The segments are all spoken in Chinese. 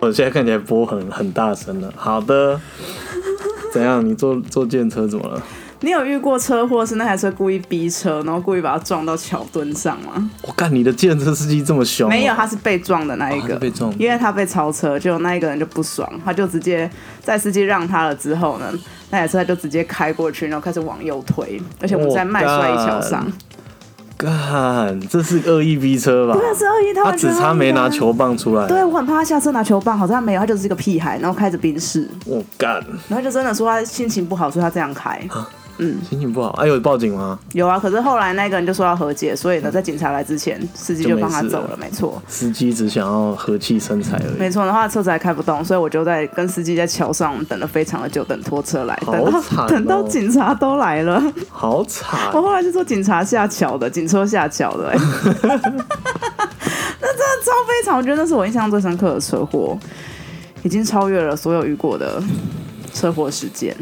我现在看起来播很很大声了。好 的，怎样？你坐坐电车怎么了？你有遇过车祸是那台车故意逼车，然后故意把它撞到桥墩上吗？我干，你的电车司机这么凶、啊没有，，他是被撞的那一哦个，他是被撞的因为他被超车，结果那一个人就不爽，他就直接在司机让他了之后呢，那台车他就直接开过去，然后开始往右推，而且我们在麦帅一桥上哦，干，这是恶意逼车吧？但是啊二一他啊他完只全差没拿恶意啊。球棒出来。对，我很怕他下车拿球棒，好像没有，他就是一个屁孩，然后开着宾士，我干，然后就真的说他心情不好，所以他这样开。心情不好。哎、有报警吗？有啊，可是后来那个人就说要和解，所以呢，在警察来之前，司机就就没放他事走了了，没错。司机只想要和气生财而已。没错，然后他车子还开不动，所以我就在跟司机在桥上我们等了非常的久，等拖车来，好等到、惨哦等到警察都来了。好惨我，后来是坐警察下桥的，警车下桥的、欸，那真的超悲惨，我觉得那是我印象最深刻的车祸，已经超越了所有遇过的车祸事件。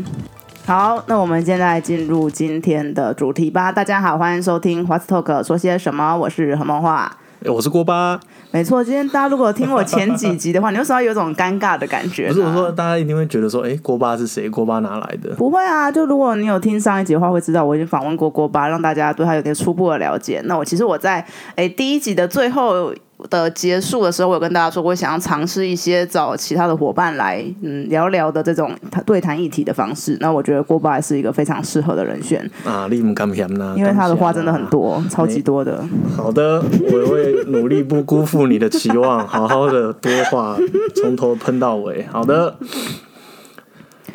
好，那我们现在进入今天的主题吧。大家好，欢迎收听《What's Talk》，说些什么？我是何梦画。哎我是锅巴，没错，今天大家如果听我前几集的话，你为什么有一种尴尬的感觉不呢？是我说，大家一定会觉得说，哎、锅巴是谁？锅巴哪来的？不会啊，就如果你有听上一集的话，会知道我已经访问过锅巴，让大家对他有点初步的了解。那我其实我在诶第一集的最后的结束的时候，我有跟大家说，我想要尝试一些找其他的伙伴来嗯聊聊的这种对谈议题的方式。那我觉得锅巴是一个非常适合的人选，啊，利姆甘甜呐，因为他的话话真的很。多，嗯超级多的。好的，我会努力不辜负你的期望，好好的多话，从头喷到尾。好的，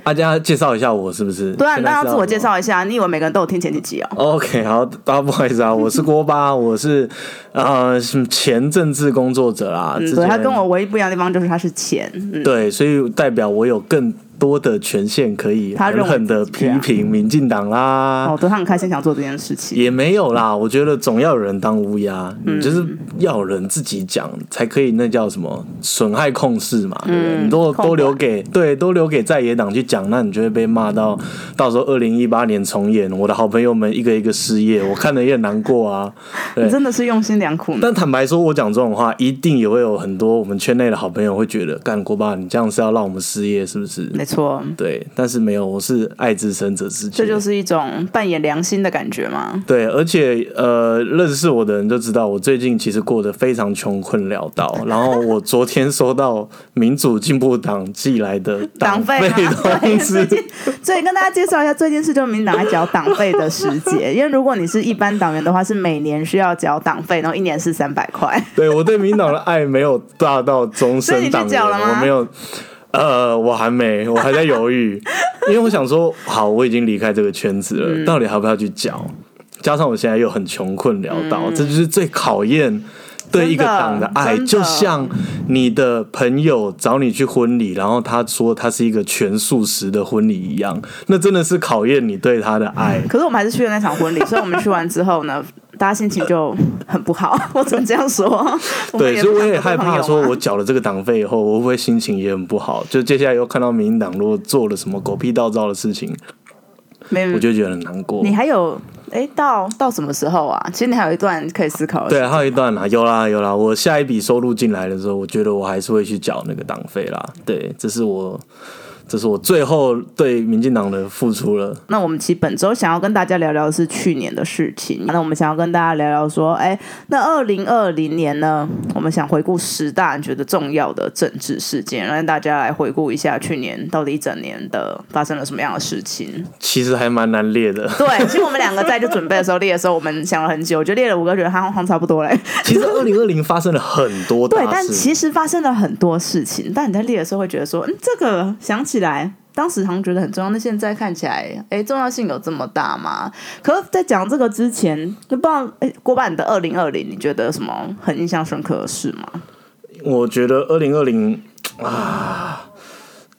大家介绍一下我是不是？对啊，现在那要是自我介。绍一下，你以为每个人都有听前几集哦？ OK，好，大家不好意思啊，我是锅巴， 我是呃前政治工作者啦。嗯，之对，他前跟我唯一不一样的地方就是他是钱，嗯，对，所以代表我有更多的权限可以他认狠为狠的自己啊批这样评民进党啦。哦，对他很开心想做这件事情。啊也没有嗯啦，我觉得总要有人当乌鸦，你就是要有人自己讲才可以，那叫什么损害控势嘛，对不对？你都嗯控都管留给对，都留给在野党去讲，那你就会被骂到到时候二零一八年重演，我的好朋友们一个一个失业，我看了也难过 啊。对你真的是用心良苦呢。但坦白说，我讲这种话，一定也会有很多我们圈内的好朋友会觉得，干锅巴，你这样是要让我们失业是不是？没错，对，但是没有，我是爱之深责之切。这就是一种扮演良心的感觉嘛。对，而且呃，认识我的人就知道，我最近其实过得非常穷困潦倒。然后我昨天收到民主进步党寄来的费费嘛， 对通最知，近，所以跟大家介绍一下，最近是就是民党在缴党费的时 节，因为如果你是一般党员的话，是每年需要缴党费，然后一年是三百块。对我对民党的爱没有大到终所以身你去党员，缴了吗我没有。呃，我还没，我还在犹 豫，因为我想说，好，我已经离开这个圈子了，嗯到底还要不要去缴？加上我现在又很穷困潦倒，这就是最考验对一个党的爱。嗯真的就像你的朋友找你去婚礼，然后他说他是一个全素食的婚礼一样，那真的是考验你对他的爱。可是我们还是去了那场婚礼，所以我们去完之后呢，大家心情就很不好， 我只能这样说。我们对，所以不我想也做害朋友啊怕嘛说，我缴了这个党费以后，我会不会心情也很不好？就接下来又看到民进党如果做了什么狗屁倒灶的事情，没我有，就觉得很难过嗯你。还有哎，到到什么时候啊？其实你还有一段可以思考的时对，啊间。还有一段啦，有啦有啦，我下一笔收入进来的时候，我觉得我还是会去缴那个党费啦。对，这是我，这是我最后对民进党的付出了。那我们其实本周想要跟大家聊聊的是去年的事情。那我们想要跟大家聊聊说，哎，那二零二零年呢，我们想回顾十大你觉得重要的政治事件，让大家来回顾一下去年到底一整年的发生了什么样的事情。其实还蛮难列的。 对，其实我们两个在就准备的时候列的时候，我们想了很久，我就列了五个，觉得它好像差不多嘞。其实二零二零发生了很多对，大但事，其实发生了很多事情，但你在列的时候会觉得说，嗯，这个想起来。当时好像觉得很重要，那现在看起来，哎，重要性有这么大吗？可是，在讲这个之前，就不知道，哎，郭爸，你的二零二零，你觉得有什么很印象深刻的事吗？哦我觉得二零二零啊，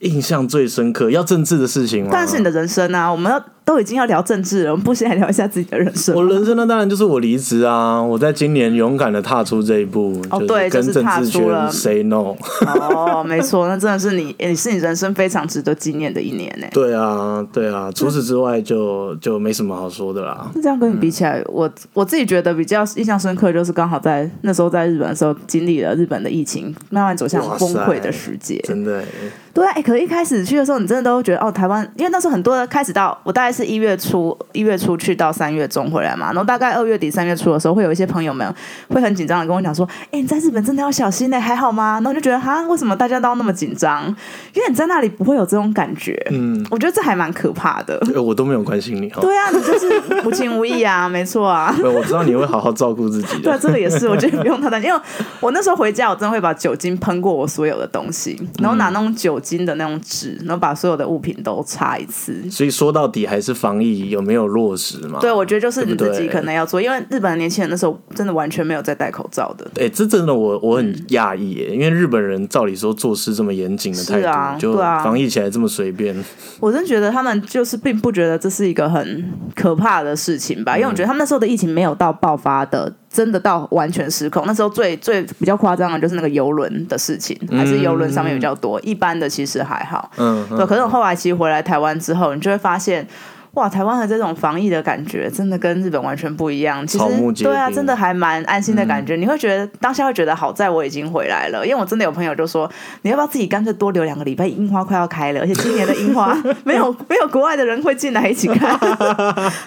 印象最深刻。要政治的事情吗？当然是你的人生啊！我们要都已经要聊政治了，我们不先来聊一下自己的人 生我吗？人生呢，当然就是我离职啊！我在今年勇敢的踏出这一步，哦就对跟就是政踏治出圈了 say no。 哦，没错，那真的是你，诶你是你人生非常值得纪念的一年呢。对啊，对啊，除此之外就就没什么好说的啦。那这样跟你比嗯起来，我我自己觉得比较印象深刻，就是刚好在那时候在日本的时候，经历了日本的疫情慢慢走向哇塞崩溃的世界。真的欸、对啊，哎、可是一开始去的时候，你真的都会觉得哦，台湾，因为那时候很多人开始到我大概是一月初，一月初去到三月中回来嘛，然后大概二月底三月初的时候，会有一些朋友们会很紧张的跟我讲说，哎、你在日本真的要小心呢、欸还好吗？然后我就觉得哈，为什么大家都要那么紧张？因为你在那里不会有这种感觉，嗯，我觉得这还蛮可怕的。呃我都没有关心你哈。对啊，你就是无情无义啊，没错啊。对，我知道你会好好照顾自己 对啊，的。这个也是，我觉得不用太担心，因为我那时候回家，我真的会把酒精喷过我所有的东西，然后拿那种酒精的那种纸，然后把所有的物品都擦一次。所以说到底还是防疫有没有落实嘛？对，我觉得就是你对不自己对可能要做，因为日本的年轻人那时候真的完全没有在戴口罩的。哎、这真的我我很讶异耶，因为日本人照理说做事这么严谨的态嗯是度，啊就对啊防疫起来这么随便，我真觉得他们就是并不觉得这是一个很可怕的事情嗯吧，因为我觉得他们那时候的疫情没有到爆发的，真的到完全失控。那时候最最比较夸张的就是那个游轮的事情，还是游轮上面比较多，一般的其实还好。嗯， 对，可是我后来其实回来台湾之后，你就会发现。哇，台湾的这种防疫的感觉真的跟日本完全不一样。其实草木皆兵对啊，真的还蛮安心的感觉。你会觉得当下会觉得好在我已经回来了，因为我真的有朋友就说，你要不要自己干脆多留两个礼拜？樱花快要开了，而且今年的樱花没有 没有国外的人会进来一起看，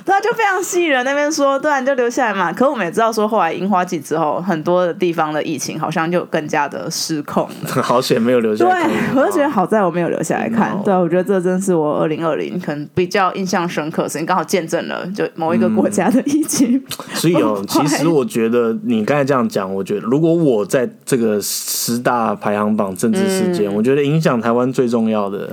对啊，就非常吸引人。那边说，对啊，你就留下来嘛。可我们也知道说，后来樱花季之后，很多的地方的疫情好像就更加的失控。好险没有留下来看 对，你。哦我就觉得好在我没有留下来看嗯。对，我觉得这真是我二零二零可能比较印象深刻的事情，刚好见证了就某一个国家的 疫情。 所以有，其实我觉得你刚才这样讲，我觉得如果我在这个十大排行榜政治事嗯件，我觉得影响台湾最重要的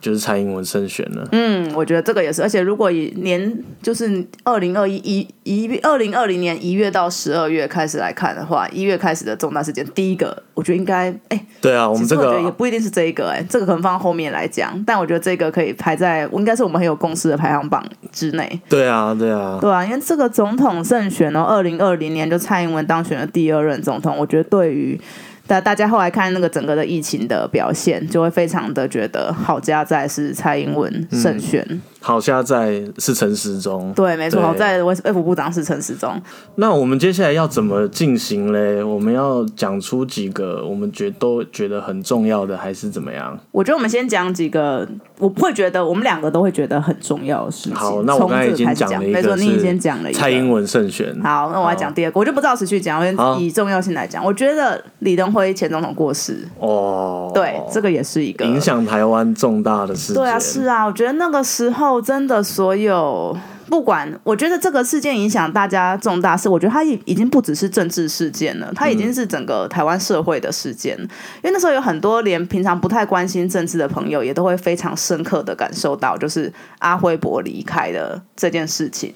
就是蔡英文胜选了。嗯，我觉得这个也是，而且如果以年就是二零二一一一二零二零年一月到十二月开始来看的话，一月开始的重大事件，第一个我觉得应该哎，对啊，我们其实这我觉得也个不一定是这一个哎，这个可能放到后面来讲，但我觉得这个可以排在我应该是我们很有共识的排行榜之内。对啊，对啊，对啊，因为这个总统胜选哦，二零二零年就蔡英文当选了第二任总统，我觉得对于大大家后来看那个整个的疫情的表现，就会非常的觉得好家在是蔡英文胜选，好下在是陈时中。对，没错，嗯对好在我 F 部长是陈时中，那我们接下来要怎么进行嘞？我们要讲出几个我们觉都觉得很重要的，还是怎么样？我觉得我们先讲几个，我会觉得我们两个都会觉得很重要的事情。好，那我从刚才这已个经开始讲讲了一没错，个你已是经讲了一个蔡英文胜选，好，那我来讲第二个，我就不照时序讲，我好先以重要性来讲。我觉得李登辉前总统过世，哦，对，这个也是一个影响台湾重大的事件。对啊，是啊，我觉得那个时候真的所有。不管，我觉得这个事件影响大家重大事，我觉得它已已经不只是政治事件了，它已经是整个台湾社会的事件。因为那时候有很多连平常不太关心政治的朋友，也都会非常深刻的感受到，就是阿辉伯离开的这件事情。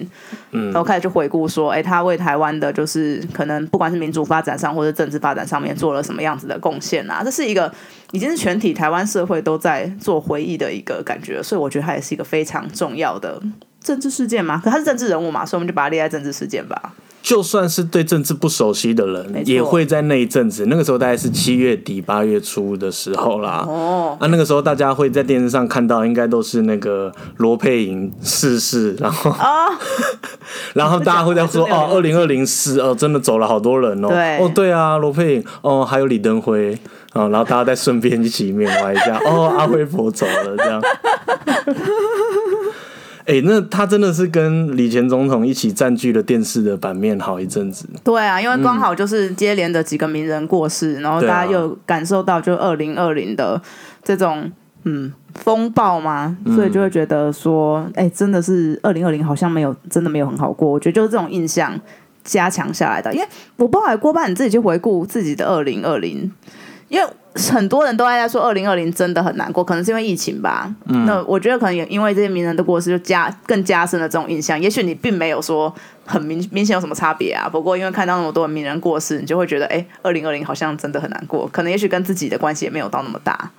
嗯，然后开始就回顾说，哎、他为台湾的，就是可能不管是民主发展上或者政治发展上面做了什么样子的贡献啊，这是一个已经是全体台湾社会都在做回忆的一个感觉，所以我觉得它也是一个非常重要的政治事件嘛。可他是政治人物嘛，所以我们就把它列在政治事件吧。就算是对政治不熟悉的人，错也会在那一阵子，那个时候大概是七月底八月初的时候啦。哦，啊，那个时候大家会在电视上看到，应该都是那个罗佩莹逝世，然后哦， 然后大家会在说 真的有哦，二零二零是哦，真的走了好多人哦，对哦对啊，罗佩莹哦，还有李登辉哦，然后大家再顺便一起缅怀一下哦，阿辉伯走了这样。 哎、那他真的是跟李前总统一起占据了电视的版面好一阵子。对啊，因为刚好就是接连的几个名人过世，然后对啊大家又感受到就二零二零的这种嗯风暴嘛，所以就会觉得说，哎、真的是二零二零好像没有真的没有很好过。我觉得就是这种印象加强下来的，因为我不知道郭爸你自己去回顾自己的二零二零，因为。很多人都在说二零二零真的很难过，可能是因为疫情吧。那我觉得可能也因为这些名人的过世，就加更加深了这种印象。也许你并没有说很明明显有什么差别啊。不过因为看到那么多名人过世，你就会觉得，哎、2二零二零好像真的很难过，可能也许跟自己的关系也没有到那么大。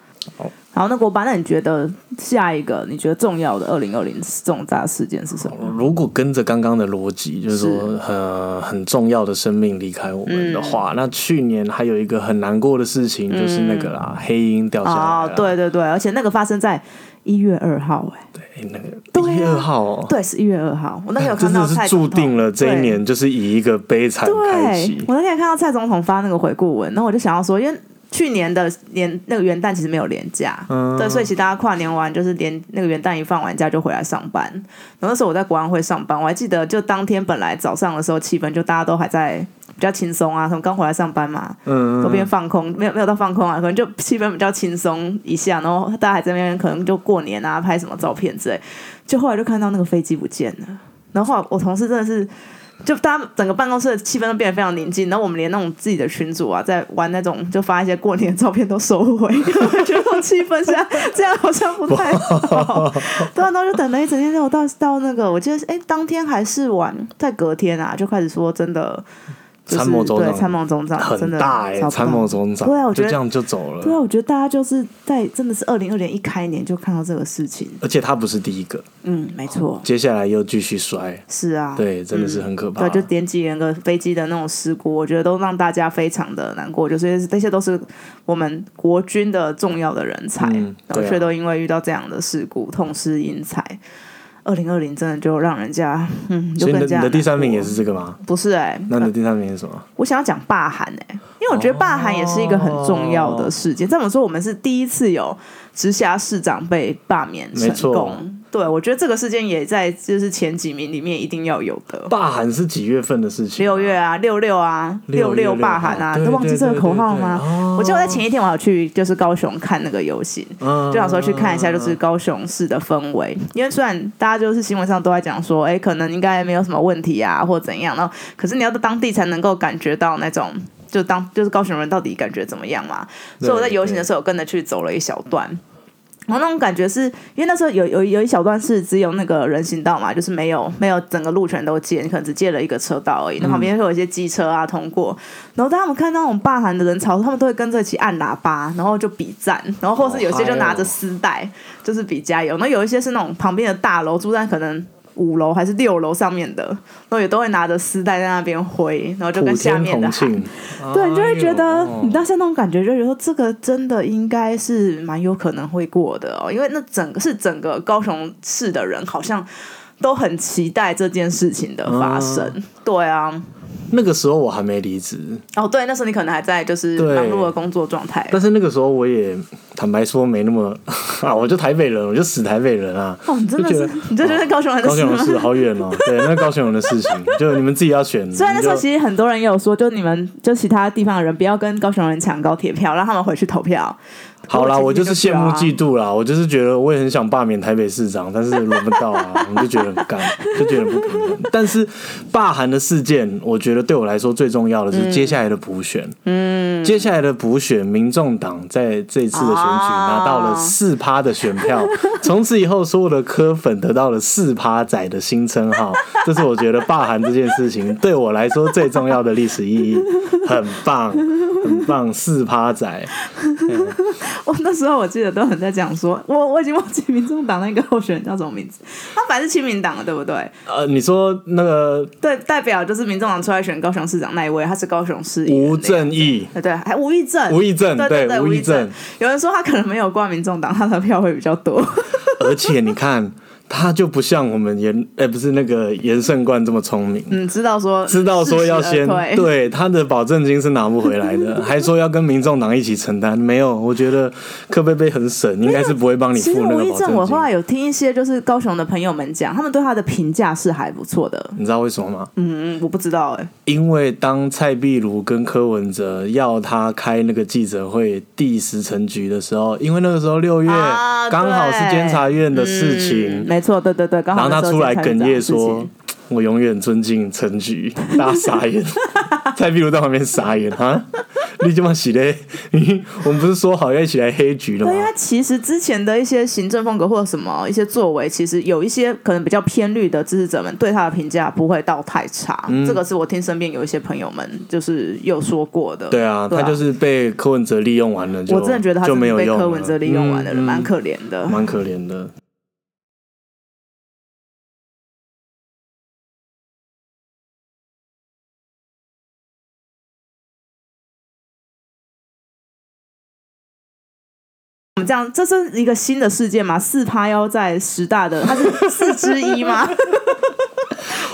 好，那国巴，那你觉得下一个你觉得重要的二零二零重大事件是什么？如果跟着刚刚的逻辑，就是说呃很重要的生命离开我们的话，嗯那去年还有一个很难过的事情，就是那个啦，黑鹰掉下来啊了嗯哦，，对对对，而且那个发生在一月二号、哎，对，那个对啊一月二号哦，对，是一月二号，我那天 哎有真看到的蔡是总注统定了这一。对年就是以一个悲惨开对启，。我那天看到蔡总统发那个回顾文，那我就想要说，因为去年的年那个元旦其实没有连假，嗯对，所以其实大家跨年完就是连那个元旦一放完假就回来上班。然后那时候我在国安会上班，我还记得就当天本来早上的时候气氛就大家都还在。比较轻松啊，什么刚回来上班嘛，嗯，都边放空，没有没有到放空啊，可能就气氛比较轻松一下，然后大家还在那边可能就过年啊，拍什么照片之类，就后来就看到那个飞机不见了，然后后来我同事真的是就大家整个办公室的气氛都变得非常宁静，然后我们连那种自己的群组啊，在玩那种就发一些过年的照片都收回， 我觉得这种气氛现在这样好像不太好。对啊，然后就等了一整天，之后到到那个，我记得是哎、当天还是晚，在隔天啊，就开始说真的，就是参谋总对长参谋总长真很的大哎、找不到参谋总长，对啊我觉就得这样就走了。对啊，我觉得大家就是在真的是二零二零一开年就看到这个事情，而且他不是第一个，嗯，没错，接下来又继续摔，是啊，对，真的是很可怕。对，就点几人个飞机的那种事故，我觉得都让大家非常的难过，就是这些都是我们国军的重要的人才，嗯然后对啊却都因为遇到这样的事故痛失英才。二零二零真的就让人家，嗯，就所以你更的加你的第三名也难是这个吗？过不是哎、那你的第三名是什么？我想要讲罢韩哎，因为我觉得罢韩也是一个很重要的事哦件。这么说，我们是第一次有直辖市长被罢免成没错功。对，我觉得这个事件也在就是前几名里面一定要有的。罢韩是几月份的事情、六月啊，六六啊，六六六霸喊啊，对你都忘记对这个对口对哦号对吗？我记得我在前一天我有去就是高雄看那个游行，嗯，就想说去看一下就是高雄市的氛围，因为虽然大家就是新闻上都在讲说，哎，可能应该没有什么问题啊，或怎样，然后可是你要到当地才能够感觉到那种。就当就是高雄人到底感觉怎么样嘛？所以我在游行的时候有跟着去走了一小段，然后那种感觉是因为那时候有有有一小段是只有那个人行道嘛，就是没有没有整个路全都借，你可能只借了一个车道而已。那旁嗯边会有一些机车啊通过，然后当他们看到那种霸韩的人潮，他们都会跟着一起按喇叭，然后就比赞，然后哦或是有些就拿着丝带，就是比加油。那有一些是那种旁边的大楼，住在可能。五楼还是六楼上面的，然后也都会拿着丝带在那边挥，然后就跟普下天面的同喊庆， 对，你就会觉得哎呦你当下那种感觉，就觉得说这个真的应该是蛮有可能会过的哦，因为那整个是整个高雄市的人好像都很期待这件事情的发生。嗯对啊，那个时候我还没离职，哦对，那时候你可能还在就是对忙碌的工作状态。但是那个时候我也坦白说没那么 啊，我就台北人，我就死台北人啊。哦，你真的 就是觉得， 你就觉得高雄人的高事雄吗的？ 事好远哦，对，那高雄人的事情，就你们自己要选。 虽然那时候你就其实很多人也有说，就你们就其他地方的人不要跟高雄人抢高铁票，让他们回去投票。好啦，我我今就天是就去羡啊慕嫉妒啦，我就是觉得我也很想罢免台北市长，但是轮不到 啊，我们就觉得很干，就觉得不平衡。但是罢韩的事件，我觉得对我来说最重要的嗯是接下来的补选。嗯，接下来的补选，民众党在这次的选举啊拿到了四趴的选 票，从此以后所有的科粉得到了四趴仔的新称号，这是我觉得罢韩这件事情对我来说最重要的历史意义，很棒，很棒，四趴仔。 我那时候我记得都很在讲说，我我已经忘记民众党那个候选人叫什么名字，他本来是亲民党的，对不对？呃，你说那个对，代表就是民众党出来选高雄市长那一位，他是高雄市议员吴的样正义，子，对，还吴义正，吴义正对对，对吴吴义义正正。有人说他可能没有挂民众党，他的票会比较多。 而且你看，他就不像我们严， 哎、不是那个严胜冠这么聪明。嗯，知道说呃知道说要先适时而退，对他的保证金是拿不回来的，还说要跟民众党一起承担。没有，我觉得柯贝贝很省，应该是不会帮你其实付那吴个义保正，哎我证后金。来有听一些就是高雄的朋友们讲，他们对他的评价是还不错的。你知道为什么吗？嗯，我不知道哎、因为当蔡壁如跟柯文哲要他开那个记者会第十城局的时候，因为那个时候六月啊刚好是对监察院的事情，嗯没错，对对对，刚然后好那他时候出来检察哽咽院长的事情说：“我 永远尊敬陈菊。”大家傻眼，蔡壁如在旁边傻眼啊！ 你这么洗嘞？ 你我们不是说好要一起来黑局了吗对？啊，其实之前的一些行政风格或者什么一些作为，其实有一些可能比较偏绿的支持者们对他的评价不会到太差。嗯这个是我听身边有一些朋友们就是有说过的。对啊，他就是被柯文哲利用完了就，我真的觉得他就真没的有被用了柯文哲利用完的人，嗯蛮可怜的嗯。蛮可怜的。我们这样，这是一个新的事件吗？四趴要在十大的，它是四之 一吗？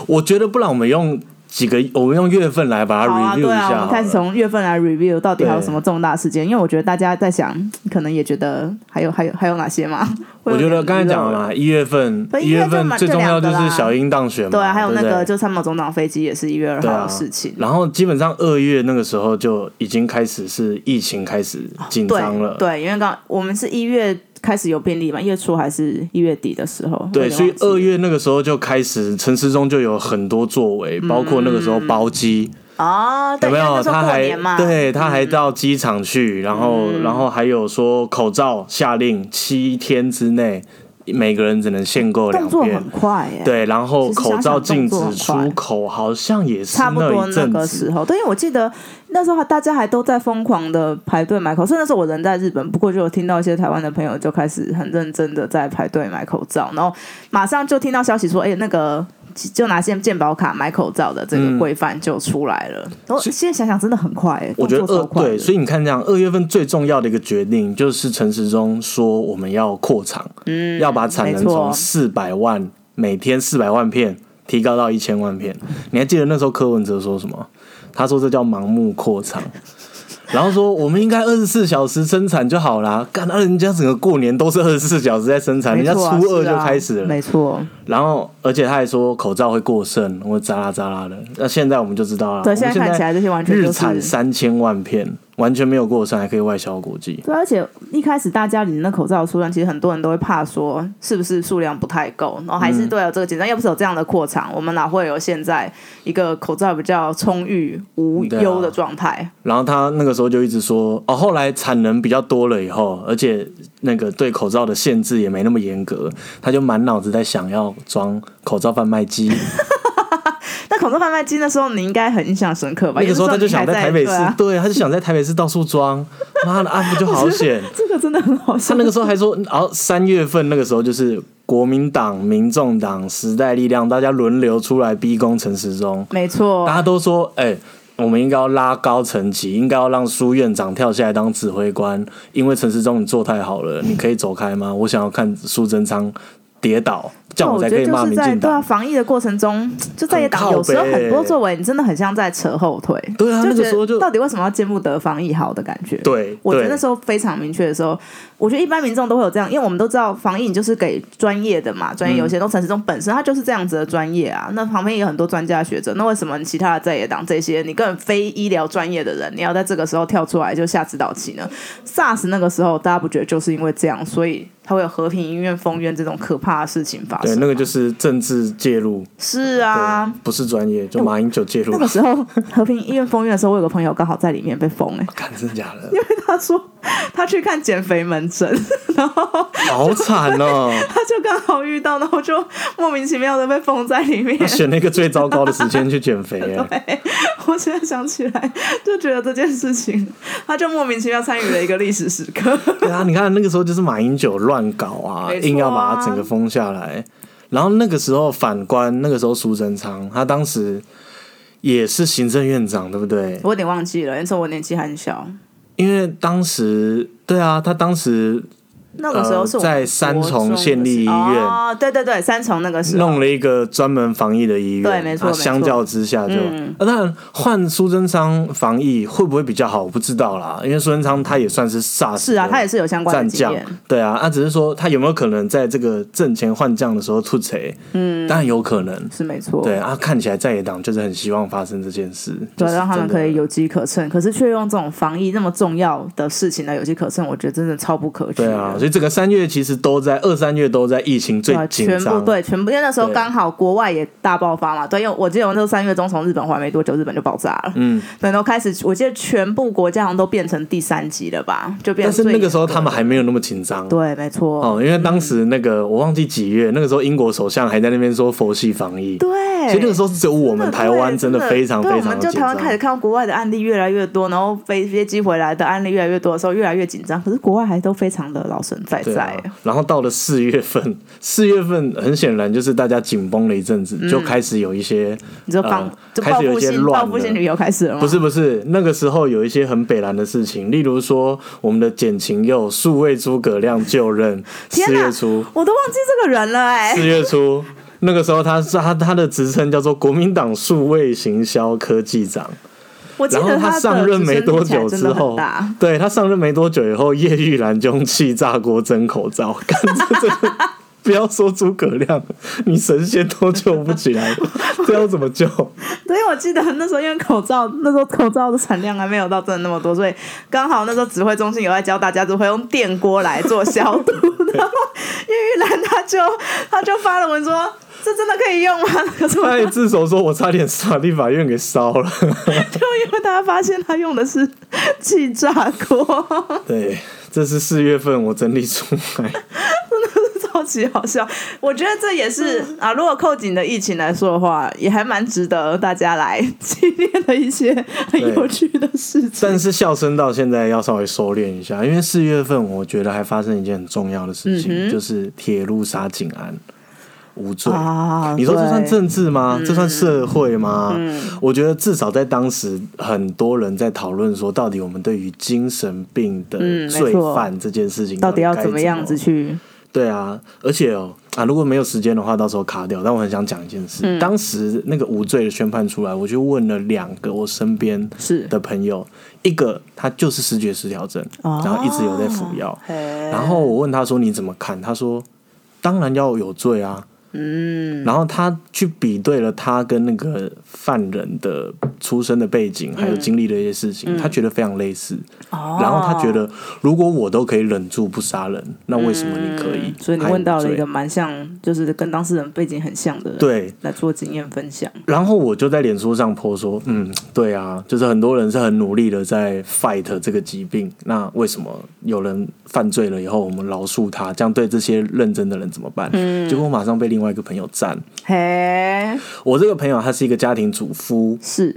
我觉得不然我们用几个，我们用月份来把它好啊， review 一对下啊，好我了。们开始从月份来 review 到底还有什么重大事件，因为我觉得大家在想，可能也觉得还有还有还有哪些吗？我觉得刚才讲了嘛，嘛，一月份对，一一月月份份嘛最重要就这两是个啦小英当选嘛，对啊，还有不那对个就参谋总长飞机也是一月二对号啊的事情。然后基本上二月那个时候就已经开始是疫情开始紧对张了，对，因为刚我们是一月开始有病例嘛，一月初还是一月底的时候？我对，有点所以忘记二月那个时候就开始，陈时中就有很多作为，包括那个时候包机、哦，对，有没因为那有？时候他过还年嘛，对，他还到机场去，然后然后还有说口罩下令七天之内每个人只能限购两动作片很，快耶、对，然后其实口想罩想禁动作止很快出口，好像也是差不多一那阵个子时候，对，因为我记得那时候大家还都在疯狂的排队买口罩。那时候我人在日本，不过就有听到一些台湾的朋友就开始很认真的在排队买口罩，然后马上就听到消息说，哎、那个就拿现健保卡买口罩的这个规范就出来了。然后现在想想真的很快、哎，嗯我觉得动作二超快的对，所以你看这样，二月份最重要的一个决定就是陈时中说我们要扩厂，嗯，要把产能没错从四百万每天四百万片提高到一千万片。你还记得那时候柯文哲说什么？他说这叫盲目扩 厂。然后说我们应该二十四小时生产就好啦，干，那人家整个过年都是二十四小时在生产，没人家初二错啊是就啊开始了，没错。然后，而且他还说口罩会过剩，或扎啦扎啦的。那现在我们就知道了。对我们现在看起来这些完全就是日产三千万片，完全没有过剩，还可以外销国际。对，而且一开始大家领那口罩的数量，其实很多人都会怕说是不是数量不太够，然后还嗯是对有这个紧张。要不是有这样的扩厂，我们哪会有现在一个口罩比较充裕无对啊忧的状态？然后他那个时候就一直说，哦，后来产能比较多了以后，而且那个对口罩的限制也没那么严格，他就满脑子在想要装口罩贩卖 机。但口罩贩卖机那时候你应该很印象深刻吧？那个时候他就想因为那台北市你还，在对啊对，他就想在台北市到处 装。妈的，啊，不就好险？这个真的很好 笑他。那个时候还 说，然后三月份那个时候就是国民党、民众党、时代力量，大家轮流出来逼宫陈时中，没错大，家都说，哎、我们应该要拉高层级，应该要让苏院长跳下来当指挥官，因为陈时中你做太好了，嗯你可以走开吗？我想要看苏贞昌跌倒，这样哦我才可觉得以就骂是民在进对啊，党。防疫的过程中，就在野党很靠有时候北很多作为，你真的很像在扯后腿。对啊就觉那个时候得就到底为什么要见不得防疫好的感觉？对，我觉得对那时候非常明确的时候，我觉得一般民众都会有这样，因为我们都知道防疫你就是给专业的嘛，专嗯业有些都陈时中本身他就是这样子的专业啊，那旁边也有很多专家学者，那为什么你其他的在野党这些你根本非医疗专业的人，你要在这个时候跳出来就下指导棋呢？SARS 那个时候大家不觉得就是因为这样，所以他会有和平医院封院这种可怕的事情发对生？那个就是政治介入，是啊。对，不是专业，就马英九介入 那。个时候，和平医院封院的时候，我有个朋友刚好在里面被封、欸， 看，真的假的？他说他去看减肥门诊，然后好惨哦！他就刚好遇到，然后就莫名其妙的被封在里面他。 选了一个最糟糕的时间去减肥、哎。我现在想起来，就觉得这件事情，他就莫名其妙参与了一个历史时刻。对啊，你看那个时候就是马英九乱搞啊，没错啊硬要把它整个封下来。然后那个时候反观那个时候苏贞昌，他当时也是行政院长，对不对？ 我有点忘记了，那时候我年纪还很小，因为当时对啊，他当时那个时候是我、呃在三重县立医院哦，对对对，三重那个时候，弄了一个专门防疫的医院，对没错啊没错相较之下就，嗯那当然换苏贞昌防疫会不会比较好，我不知道啦，因为苏贞昌他也算是 SARS，是啊，的他也是有相关嗯战的经将验。，对啊，那、只是说他有没有可能在这个阵前换将的时候突锤？嗯，当然有可能。是没错，对啊，看起来在野党就是很希望发生这件事，就对，是让他们真的可以有机可乘，可是却用这种防疫那么重要的事情来有机可乘，我觉得真的超不可取对的。啊，所以整个三月其实都在二三月都在疫情最对啊紧全部张，对，全部，因为那时候对刚好国外也大爆发嘛，对，因为我记得我那时候三月中从日本回来没多久，日本就爆炸了，嗯，对，然后开始，我记得全部国家好像都变成第三级了吧，就变但成是最那严格的。个时候他们还没有那么紧张。对，没错，哦，因为当时那个我忘记几月，那个时候英国首相还在那边说佛系防疫，对，所以那个时候是只有我们台湾真真的非常对非我常们的就紧台湾张。开始看到国外的案例越来越多，然后飞飞机回来的案例越来越多的时候，越来越紧张。可是国外还都非常的老神在对在啊，，然后到了四月份， 四月份很显然就是大家紧绷了一阵子，就开始有一些 你就放呃就开报始有复一些性报乱复的性旅游开始了吗？不是不是，那个时候有一些很北蓝的事情，例如说我们的简晴佑数位诸葛亮就任， 天四哪月初，我都忘记这个人了 哎、四月初。那个时候他，是他他的职称叫做国民党数位行销科技长，我 记然后得他的上任职没称多听起来久真之的很后大，对他上任没多久以后，叶玉兰就用气炸锅蒸口罩，干这这个不要说诸葛亮，你神仙都救不起来，这要怎么救？所以我记得那时候因为口罩，那时候口罩的产量还没有到真的那么多，所以刚好那时候指挥中心有在教大家如何用电锅来做消毒。然后叶玉兰她就她就发了文说：“这真的可以用吗？”可是我他也自首说，我差点把立法院给烧了。 就因为大家发现她用的是气炸锅，对，这是四月份我整理出来。超级好笑。我觉得这也是啊，如果扣紧的疫情来说的话，也还蛮值得大家来纪念的一些很有趣的事情。 但是笑声到现在要稍微收敛一下，因为四月份我觉得还发生一件很重要的事嗯情，就是铁路杀警案无罪。啊，你说这算对嗯政治吗？这算社会吗？我觉得至少在当时，很多人在讨论说，到底我们对于精神病的嗯没错罪犯这件事情到底要该怎么样子去？对啊，而且哦啊，如果没有时间的话，到时候卡掉。但我很想讲一件事，嗯当时那个无罪的宣判出来，我去问了两个我身边是的朋友，一个他就是视觉失调症，哦然后一直有在服药，然然后我问他说你怎么看？他说当然要有罪啊。嗯，然后他去比对了他跟那个犯人的出生的背嗯景，还有经历的一些事情，他觉得非常类似。哦然后他觉得，如果我都可以忍住不杀人，那为什么你可以？嗯所以你还问到了罪一个蛮像，就是跟当事人背景很像的人，，对，来做经验分享。然后我就在脸书上泼说，嗯，对啊，就是很多人是很努力的在 fight 这个疾病，那为什么有人犯罪了以后，我们饶恕他，这样对这些认真的人怎么办？结果我马上被另外一个朋友赞。嘿，我这个朋友他是一个家庭主夫，是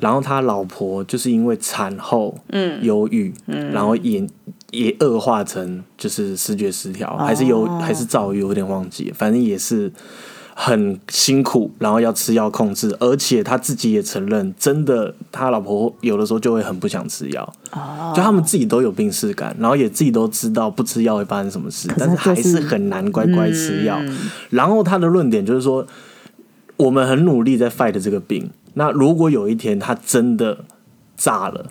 然后他老婆就是因为产后嗯忧郁，然后也也恶化成就是视觉失调，还是有还是躁郁，我有点忘记了，反正也是很辛苦，然后要吃药控制，而且他自己也承认，真的他老婆有的时候就会很不想吃药，就他们自己都有病耻感，然后也自己都知道不吃药会发生什么事，但是还他就是是嗯很难乖乖吃药。然后他的论点就是说，我们很努力在 fight 这个病。那如果有一天他真的炸了，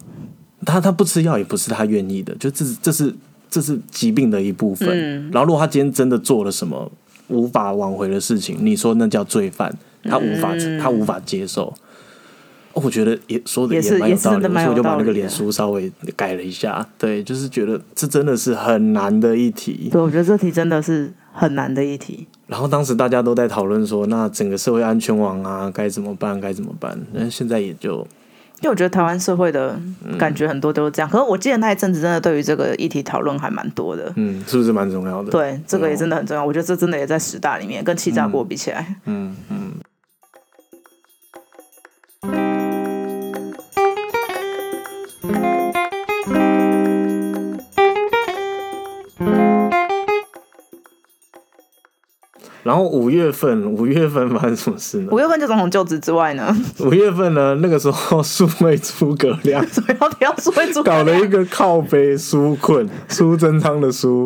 他他不吃药也不是他愿意的，就这是这是这是疾病的一部分。嗯然后如果他今天真的做了什么无法挽回的事情，你说那叫罪犯，嗯他无法、他无法接受。哦我觉得也说的也是蛮有也是道真理的的，所蛮以有我就把那道个理脸的书稍微改了一下。对，就是觉得这真的是很难的一题。对，我觉得这题真的是很难的一题。然后当时大家都在讨论说，那整个社会安全网啊，该怎么办？该怎么办？那现在也就因为我觉得台湾社会的嗯感觉很多都是这样，可是我记得那一阵子真的对于这个议题讨论还蛮多的。嗯，是不是蛮重要的？，对，这个也真的很重要。我觉得这真的也在十大里面，跟气炸锅比起来，嗯嗯。然后五月份，五月份 发生什么事呢五？月份就总统就职之外呢， 五月份呢，那个时候数位诸葛 亮所以要不要说一说搞了一个靠背书困，苏贞昌的苏，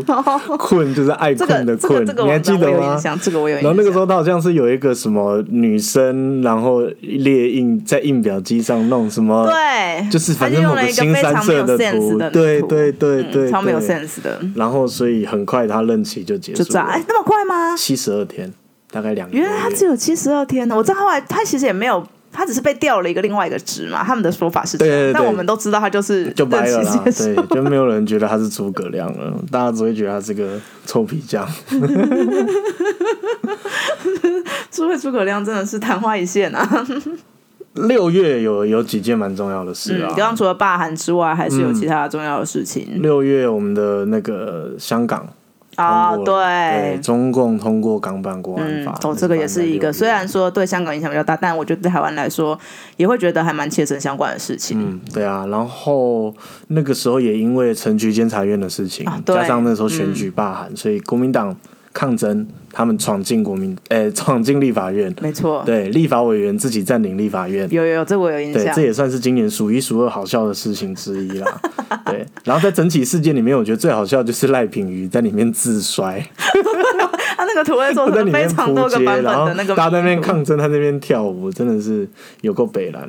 困就是爱 这个困的这个困，这个你还网站记我得有吗印？象，这个我有然印象。后那个时候他好像是有一个什么女生，然后列印在印表机上弄什么，对，就是他反就正用某了一个新非三常没色有 sense 图的，对图嗯对对对，超没有对 sense 的，然后所以很快他任期就结就束炸，哎了，，那么快吗？七十二天，大概两个多原来他月只有七十二天呢，我知道后来他其实也没有他只是被调了一个另外一个职嘛，他们的说法是这对对样，对但我们都知道他就是就掰了任啦其，接受对，就没有人觉得他是诸葛亮了，大家只会觉得他是个臭皮匠。 诸位诸葛亮真的是昙花一现啊！六月有有几件蛮重要的事嗯，啊，嗯刚刚除了罢韩之外，还是有其他重要的事情六月我们的那个香港啊、通过了对对，。中共通过港版国安嗯法，，哦，这个也是一个，虽然说对香港影响比较大，但我觉得对台湾来说也会觉得还蛮切身相关的事情。嗯，对啊，然后那个时候也因为城区监察院的事情，啊对嗯加上那时候选举罢韩，所以国民党抗争，他们闯进国民，诶、 闯进立法院，没错，对，立法委员自己占领立法院，有有有，这我有印对，象这。也算是今年数一数二好笑的事情之一啦。对，然后在整体事件里面，我觉得最好笑的就是赖品妤在里面自摔，他那个 图会做他在成里非面常扑多个街，版本然后的那个，大家在那边，抗争，他在那边跳舞，真的是有够北蓝。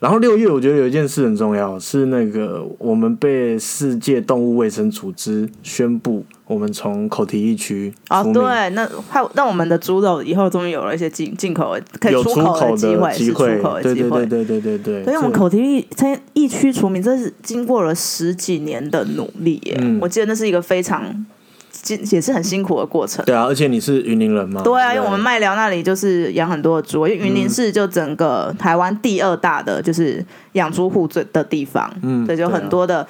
然后六月，我觉得有一件事很重要，是那个我们被世界动物卫生组织宣布，我们从口蹄疫区哦除，名对，那还有那我们的猪肉以后终于有了一些进进口的可以有出口的机会，机是出口的对机对会对。对对对对。所以我们这口蹄疫在疫区除名，这是经过了十几年的努力耶。嗯我记得那是一个非常，也是很辛苦的过程。对啊，而且你是云林人嘛？对啊，因为我们麦寮那里就是养很多的猪，因嗯为云林市就整个台湾第二大的就是养猪户最的地方，嗯所以就对啊很多的。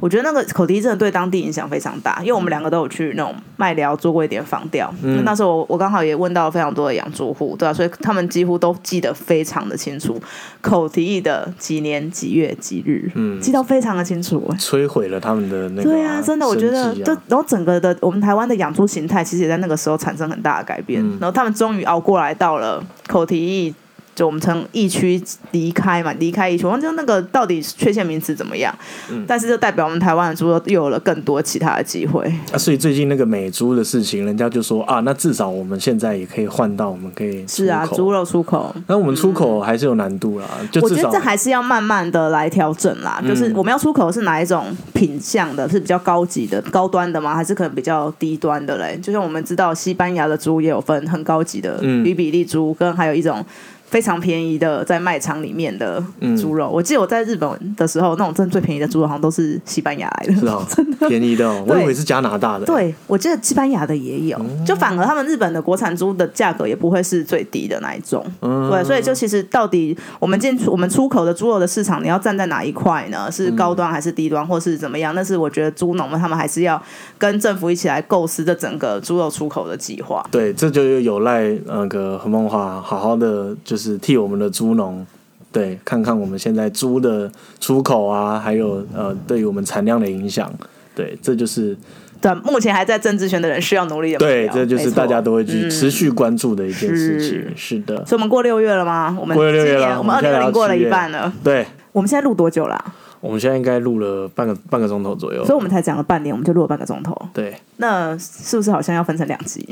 我觉得那个口蹄真的对当地影响非常大，因为我们两个都有去那种麦寮做过一点访调，嗯那那时候我我刚好也问到非常多的养猪户，对啊，所以他们几乎都记得非常的清楚口蹄疫的几年几月几日，嗯，记到非常的清楚、摧毁了他们的那个、对啊，真的，我觉得生计啊就然后整个的我们台湾的养猪形态，其实也在那个时候产生很大的改变。嗯然后他们终于熬过来，到了口蹄疫，就我们从疫区离开嘛，离开疫区，我忘记那个到底确切名词怎么样。嗯但是就代表我们台湾的猪肉又有了更多其他的机会。啊，所以最近那个美猪的事情，人家就说啊，那至少我们现在也可以换到，我们可以是啊，出口猪肉出口。那我们出口还是有难度啦，就嗯我至觉得少嗯这还是要慢慢的来调整啦，就是我们要出口是哪一种品相的，是比较高级的、高端的吗？还是可能比较低端的嘞？就像我们知道，西班牙的猪也有分很高级的嗯比比利猪，跟还有一种非常便宜的在卖场里面的猪嗯肉。我记得我在日本的时候，那种真的最便宜的猪肉好像都是西班牙来的。是啊、便宜 的、哦，我对以为是加拿大的，，对，我记得西班牙的也有，嗯就反而他们日本的国产猪的价格也不会是最低的那一种。嗯对，所以就其实到底我们进出我们出口的猪肉的市场，你要站在哪一块呢？嗯是高端还是低端，或是怎么样？但是我觉得猪农们他们还是要跟政府一起来构思这整个猪肉出口的计划。对，这就有赖那个何梦华好好的就是替我们的猪农。对，看看我们现在猪的出口啊，还有呃，对于我们产量的影响，对，这就是对，目前还在政治圈的人需要努力的目标。对，这就是没错嗯大家都会去持续关注的一件事情。是是的，所以我们过六月了吗？我们过了六月今了年我们二我们现零在聊二零到过了七一月半了。对，我们现在录多久啦、我们现在应该录了半个半个钟头左右所以。我们才讲了半年，我们就录了半个钟头。对，那是不是好像要分成两 集？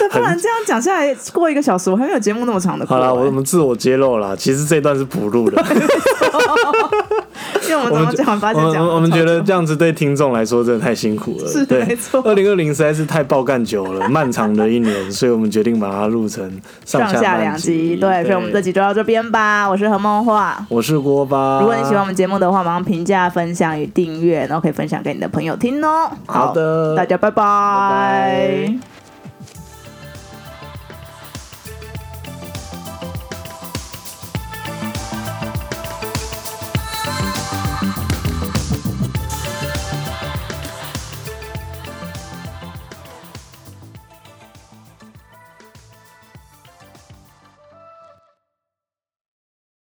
对，不然这样讲下来，过一个小时，我还没有节目那么长的过、好啦，我欸们自我揭露啦，其实这段是补录的。因为我们我怎么们讲完发我现们讲了我们超觉得久这样子对听众来说真的太辛苦了，是对，没错二零二零实在是太爆干久了，漫长的一年，所以我们决定把它录成上上下半两集。集，对，所以我们这集就到这边吧。我是何梦画。我是锅巴。如果你喜欢我们节目的话，马上评价、分享与订阅，然后可以分享给你的朋友听哦。好的大家拜拜拜拜